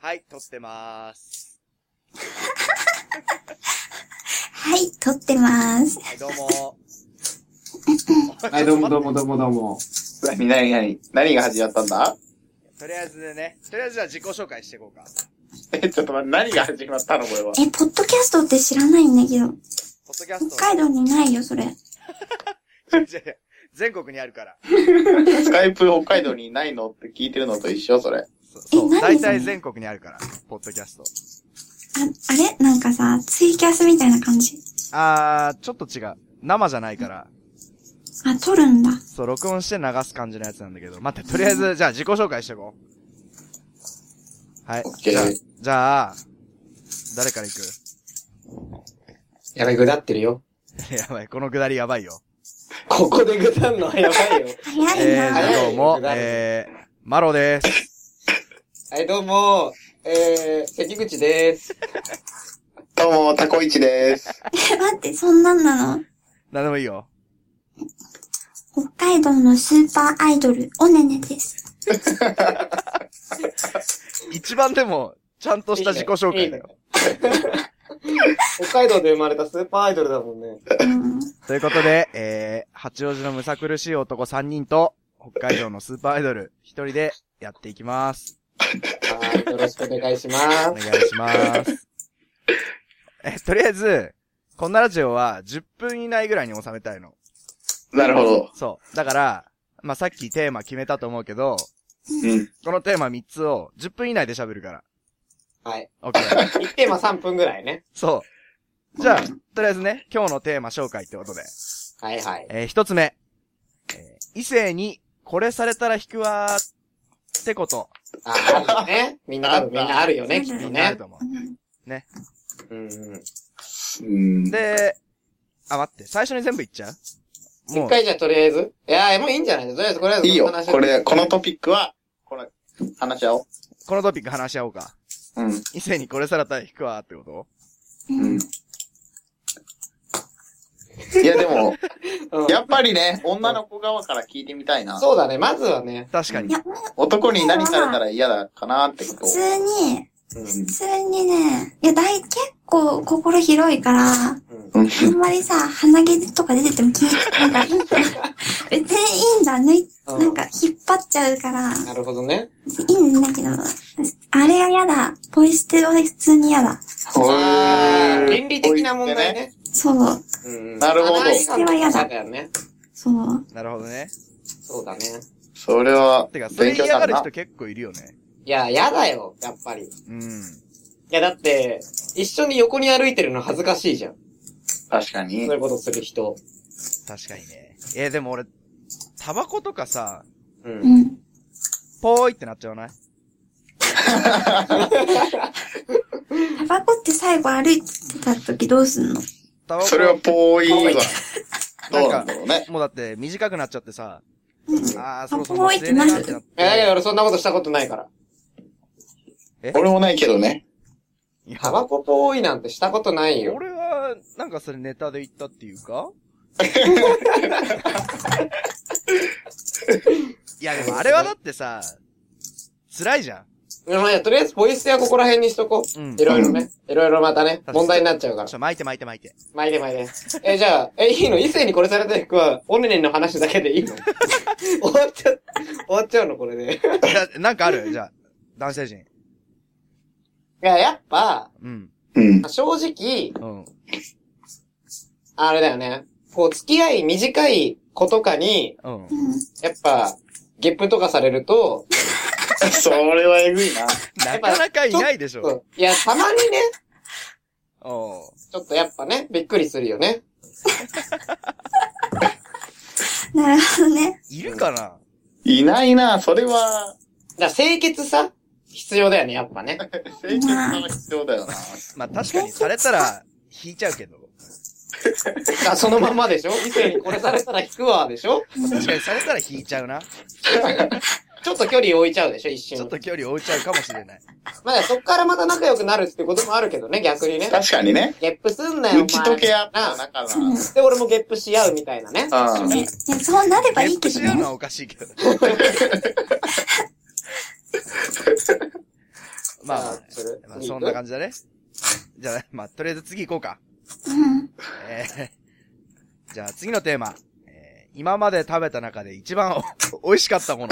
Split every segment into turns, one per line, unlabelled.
はい、撮ってま ーす。
はい、撮ってます。
はい、どうも。
はい、どうもどう もどうもどうも。
何、何、何、何が始まったんだ
とりあえずね、とりあえずじゃあ自己紹介していこうか。
え、ちょっと待って、何が始まったのこれは。
え、ポッドキャストって知らないんだけど。
ポッドキャスト。
北海道にないよ、それ。
いやいや全国にあるから。
スカイプ北海道にないのって聞いてるのと一緒それ。
そそう。
何
大体全国にあるから、ポッドキャスト。
あ、あれなんかさ、ツイキャスみたいな感じ。
あー、ちょっと違う。生じゃないから、
あ、撮るんだ。
そう、録音して流す感じのやつなんだけど。待って、とりあえず、じゃあ自己紹介していこう。はい。
OK
じゃあ、じゃあ、誰から行
やばい、ぐだってるよ。
く やばい、このくだりやばいよ。
ここでぐだんのはやばいよ。
早い
え
な。
ー、じゃあどうも、
早い
えー、マロです。
はい、どうも、えー、関口です。
どうも、タコイチです。
え、 待って、そんなんなの
何でもいいよ。
北海道のスーパーアイドル、おねねです。
一番でも、ちゃんとした自己紹介だよ。
北海道で生まれたスーパーアイドルだもんね。
うん。
ということで、えー、八王子のむさ苦しい男3人と、北海道のスーパーアイドル1人でやっていきます。
はい、よろしくお願いしま
お
す。
願いします。 え、とりあえず、こんなラジオは10分以内ぐらいに収めたいの。
なるほど。
そう。だから、まあ、さっきテーマ決めたと思うけど、
うん。
このテーマ3つを10分以内で喋るから。
はい。
オッケー。
1テーマ3分ぐらいね。
そう。じゃあ、とりあえずね、今日のテーマ紹介ってことで。
はいはい。
えー一つ目。えー異性に、これされたら引くわーってこと。
あー、あるね。みんな、多分みんなあるよね、きっ
そ
と
う
になる
ね
と。思
うん
うんうん。
うん
う。。で、あ、待って、最初に全部言っちゃうも
一
う、
回じゃあとりあえず。いやー、もういいんじゃないとりあえず、とりあえず
いいよ
の話。を
これ、このトピックは、この、話し合おう。
このトピック話し合おうか。
うん。
異性にこれされたら引くわーってこと
うん。いや、でも、
うん
やっぱりね、女の子側から聞いてみたいな。
そうだね、まずはね。
確かに。
いや、
男に何されたら嫌だかなってこと
普。通に、
うん。
うん
普通にね、いや、大、結構心広いから、
うん
うん。
あんまりさ、鼻毛とか出てても気になんか、 別にいいんだ、抜い、
うん
なんか引っ張っちゃうから、
なるほどね。
いいんだけど、あれは嫌だ。ポイ捨ては普通に嫌だ。
あー倫理的な問題ね。
そう、
うんうん
なるほど
アナリさんとかそうだよね。
そう。
なるほどね。
そうだね。
それは、
てか、それ
勉強に
嫌
な
が
る
る
な
人。結構いるよね。
いや、やだよ、やっぱり。い
うん。
や、だって、一緒に横に歩いてるの恥ずかしいじゃん。
確かに
そうい。うことする人。
確かにね。えーでも俺、タバコとかさ、
う。
うんん。
ぽーいってなっちゃわない
タバコって最後歩いてた時どうすんの
タバコ。
それは、ぽーいは、どうなんだろうね。
もうだって、短くなっちゃってさ、あー、そろそ
ぽ
ろ
ーい
吸
っ
え
て
ね
な
え
る
なってなって。
え、だけど俺そんなことしたことないから。
俺もないけどね。
いや
タバコぽ多いなんてしたことないよ。
俺は、なんかそれネタで言ったっていう かいやでもあれはだってさ、辛いじゃ
いやまあいや、とりあえずポイ捨てはここら辺にしとこ
ん。うん。
う。い
ちょ、
ろいろね。いろいろまたね
確か、に
問題になっちゃうから。
巻いて巻いて巻いて。
まいでまいで。え、じゃあ、え、いいの異性にこれされた服は、オネネの話だけでいいの 終わっちゃ、終わっちゃうのこれで。い
いやなんかあ るじゃあ、男性陣。
や、やっぱ、
うん。
うん。
正直、
うん。
あれだよね。こう、付き合い短い子とかに、
うん
う。ん。
やっぱ、ゲップとかされると、
それはえぐいな。
なかなかいないでし
う
ょ。
んいや、たまにね、
おう
ちょっとやっぱね、びっくりするよね。
なるほどね。
いるかない
ないな、それは、
だから清潔さ、必要だよね、やっぱね。
清潔さが必要だよな。
まあ確かにされたら、引いちゃうけど。
だからそのまんまでしょ異性にこれされたら引くわ、でしょ
確かにされたら引いちゃうな。
ちょっと距離置いちゃうでしょ一
ちょっ
瞬。
と距離置いちゃうかもしれない。
まあ、そっからまた仲良くなるってこともあるけどね、逆にね。
確かにね。
ゲップすんなよ、お前
打ち解け合っ
な。
た中
うん。
だ
い
で、俺もゲップし合うみたいなね。
な。うん。
や、そうなれば
ゲ
いい
ッ
け
プ
ど
し合うの
ね。
はおかしいけど。まあまあ
さ、それ
まあ、そんな感じだね。じゃあ、まあ、とりあえず次行こうか。
うん。
えー、じゃあ次のテーマ。えー今まで食べた中で一番お 美味しかったもの。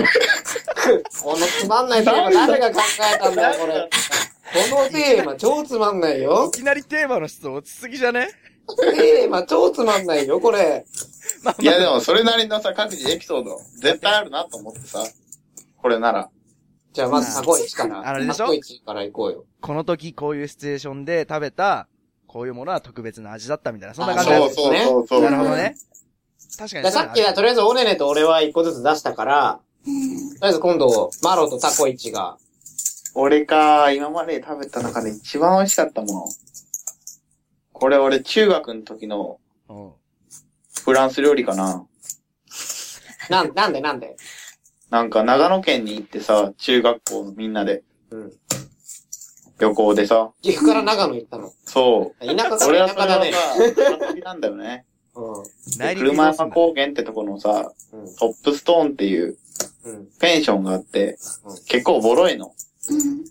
このつまんないテーマ誰が考えたんだよ、これ。このテーマ 超つまんない
い
よ。
きなりテーマの質落ちすぎじゃね
テーマ超つまんないよ、これ。
まあ
いやでもそれなりのさ、各自エピソード、絶対あるなと思ってさ、これなら。
じゃあまずタコイチか
あれで
ら。
しょ
タコイチから行こうよ。
この時こういうシチュエーションで食べた、こういうものは特別な味だったみたいな、そんな
あ
感じだ
そ
よ
うそうそうそう。
なるほどね。確か
だ
に
からさっきはとりあえずオネネと俺は一個ずつ出したから、とりあえず今度、マロとタコイチが。
俺か、今まで食べた中で一番美味しかったもの。これ俺中学の時の
うん
フランス料理かな。
なん、なんでなんで
なんか長野県に行ってさ、中学校のみんなで
うん。
旅行でさ、
岐阜から長野行ったの。
そう。
田舎
俺
から
は
田
そ
舎
れ
だ
は
ね。
さ、遊びなんだよね。
うん。
内陸に
車
す
山
んだ
高原ってとこのさ、
うん。
トップストーンっていう
うん。
ペンションがあって
うん、
結構ボロいの。
うん。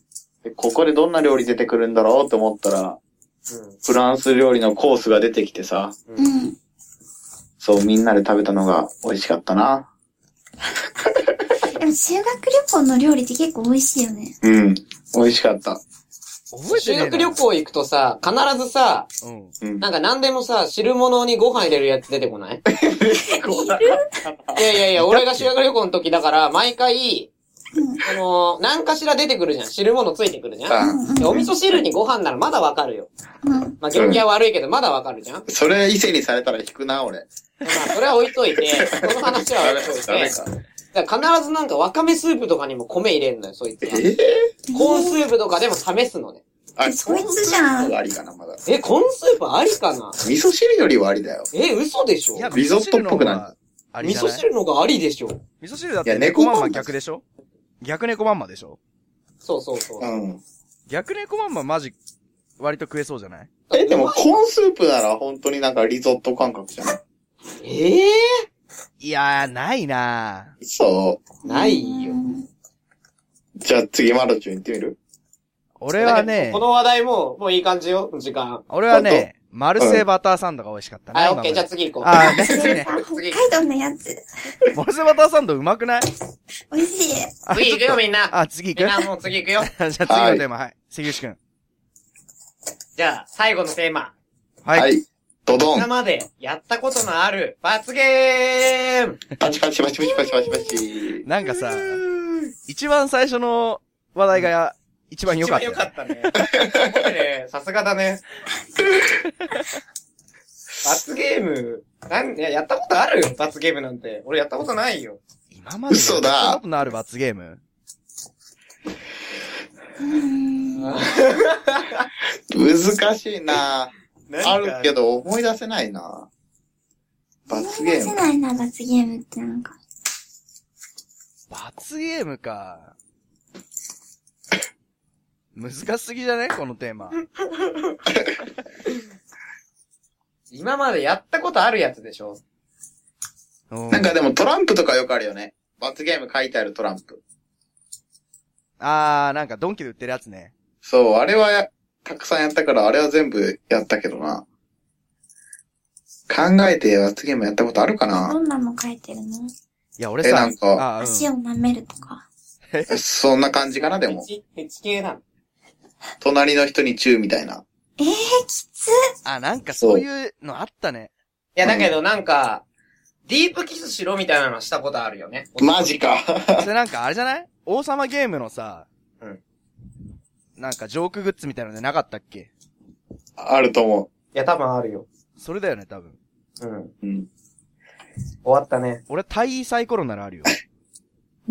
でここでどんな料理出てくるんだろうと思ったら、フランス料理のコースが出てきてさ、
うん。
う
うん。
ん。
そうみんなで食べたのが美味しかったな。
でも修学旅行の料理って結構美味しいよね。
うん。美味しかった。
覚えて
修
ねえな
学旅行行くとさ、必ずさ、
うん。
うん。
なんか何でもさ、汁物にご飯入れるやつ出てこないいやいやいや、俺が修学旅行の時だから、毎回、
うん
あのー、何かしら出てくるじゃん。汁物ついてくるじゃん。
あ
うん
でお味噌汁にご飯ならまだわかるよ。
うん。うん。
まあ、元気は悪いけど、まだわかるじゃん。
それ伊勢にされたら引くな、俺。
まあ、それは置いといて、 この話は置いといて。
ダメか。
だから必ずなんかわかめスープとかにも米入れんのよ、そいつ
え
は。
ー
コーンスープとかでも試すのね。
あ、
そいつじゃん
そうありかな、まだ。
え、コーンスープありかな
味噌汁よりはありだよ。
え、嘘でしょ
いや、
リゾットっぽくない
あり
味
じゃ
噌
ない
汁の方がありでしょ
味噌汁だっ
い
て
や
猫まん
猫ま
ま
んま
逆でしょ逆猫まんまでしょ
そうそうそう。
ん。
逆猫まんまマジ、割と食えそうじゃない
え、でも、コーンスープなら本当になんかリゾット感覚じゃない
ええ
いやー、ないな
そう。
ー、ないよ。
じゃあ次、マロチュン行ってみる
俺はね
こ、の話題も、もういい感じよ、時間。
俺はね、マルセイバターサンドが美味しかったね。
はい、オ
今
ッ
ま
ケ
で
ー、じゃあ 次行こう。
あー、ね、
北
次ね。
海道のやつ。
マルセイバターサンドうまくない
美味しい。
あ
次行く
ちょ
よ、
っと
みんな。
あ、次
みん
行
な
く
もう次行くよ。
じゃあ次のテーマ、はい。関口くん。
じゃあ、最後のテーマ。
はい。
い。ドド
今
ン。
までやったことのある罰ゲーム
パチパチパチパチパチパチパチ。
なんかさ、一番最初の話題が一番良かったよ
一
ね。
番良かったね。僕ね、さすがだね。罰ゲーム、なん、いや、やったことある罰ゲームなんて。俺やったことないよ。
今までや
嘘だ
ったことのある罰ゲーム
うん。
難しいなあるけ
ど。
ど思い出せないな罰ゲー
思い出せ
ム。
ないな、罰ゲームってなんか。
罰ゲームか。難しすぎじゃねこのテーマ。
今までやったことあるやつでしょ
うん
なんかでもトランプとかよくあるよね。罰ゲーム書いてあるトランプ。
あー、なんかドンキで売ってるやつね。
そう、あれはやたくさんやったから、あれは全部やったけどな。考えて罰ゲームやったことあるか
ど
なん
なの書いてるの
いや、俺
え、な
さ
ん、か、
あ
足
ー、
を舐めるとか。
そんな感じかな、でも。
ち、ち系なの。
隣の人にチューみたいな。
ええー、きつ。
うん、あ、なんかそういうのあったね。
いや、だけどなんか、ディープキスしろみたいなのしたことあるよね。
マジか。
それなんかあれじゃない王様ゲームのさ、
うん
なんかジョークグッズみたいなのでなかったっけ
あると思
いや、多分あるよ。
それだよね、多分。
うん。
う。うん。
終わったね。
俺、大位サイコロならあるよ。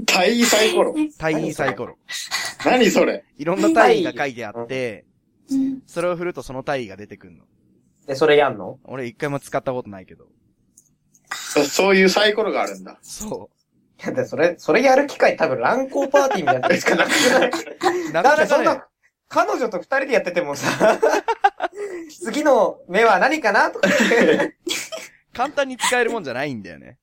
大サイコロ。
大位サイコロ。
何それ
いろんな単位が書いてあって、
うん。
それを振るとその単位が出てくんの。
で、それやんの
俺一回も使ったことないけど。
そそういうサイコロがあるんだ。
そ
いや、で、それ、それやる機会多分乱行パーティーみたいなやつしかなくない。
う。な
だ
か
か
な
らそ
か
ん
ね
な、彼女と二人でやっててもさ、 次の目は何かなとかって、
簡単に使えるもんじゃないんだよね。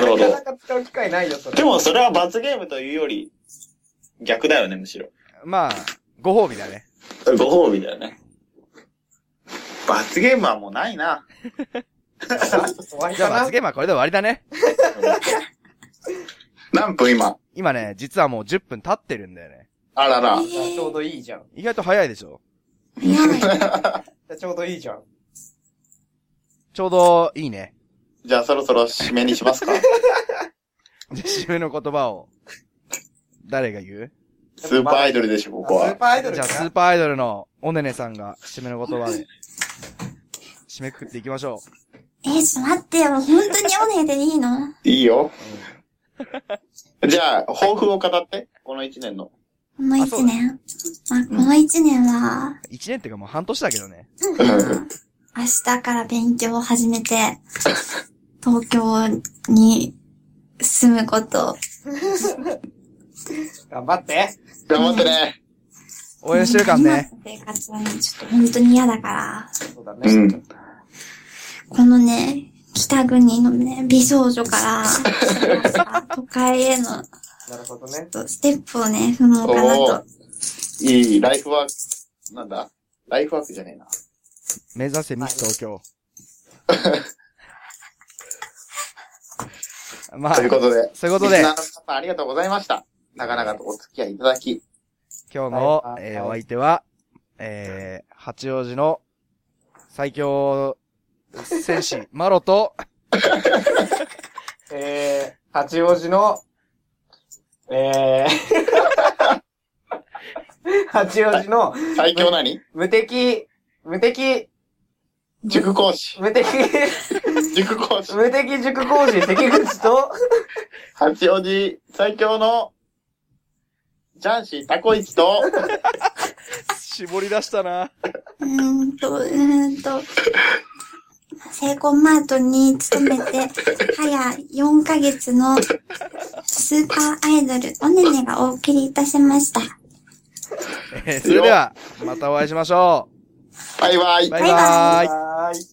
なかな。か使う機会ないよ、それ。
もそれは罰ゲームというより、逆だよね、むしろ。
まあ、ご褒美だね。
ご褒美だよね。罰ゲームはもうないな。
終わり
じゃ
か
あ罰
な
ゲームはこれで終わりだね。
何分今
今ね、実はもう10分経ってるんだよね。
あらら。
ちょう
ー、
どいいじゃん。
意外と早いでしょ
早い。
ちょうどいいじゃん。
ちょうどいいね。
じゃあそろそろ締めにしますか。
じゃあ締めの言葉を。誰が言う
スーパーアイドルでしょ、ここ
スー
は。
パーアイドル
じ
か
ゃあ、スーパーアイドルのおねねさんが締めの言葉で、締めくくっていきましょ
えー、ちょっと待ってよ。本当にオネでいいの
いいよ。じゃあ、抱負を語って。この一年の。
この
あそ
一
うだ
年。まあ、この一年は、
う。1年っていうかもう半年だけどね。
うん
明日から勉強を始めて、東京に住むこと。
頑張って。
頑張ってね。
応援してるから ね。
今の生活はね、ちょっと本当に嫌だから、
そうだ
う
ね。
ん。
このね、北国のね、美少 女から、都会へのち
なるほどね。
ょっとステップをね、踏もうかな
お
と
ー。いい、ライフワーク、なんだライフワークじゃねえな。
目指せミス東京。まあ、
ということで。
そういうことで
リスナーの皆さんありがとうございました。なかなかとお付き合いいただき。
今日の
は、い
えー
はい
お相手は、えー、八王子の最強戦 士、マロと、
えー、八王子の、えー、 八王子の
最強何
無敵、無敵、
塾講師。
無敵、
塾講師。
無敵塾講師関口と、
八王子最強の、ジャンシータコイチと、
絞り出したな。
うーんと、うーんと、セイコンマートに勤めて、早4ヶ月のスーパーアイドル、オネネがお送りいたしました。
えーそれでは、またお会いしましょ
バイバイ
う。バイバーイ。
はーい。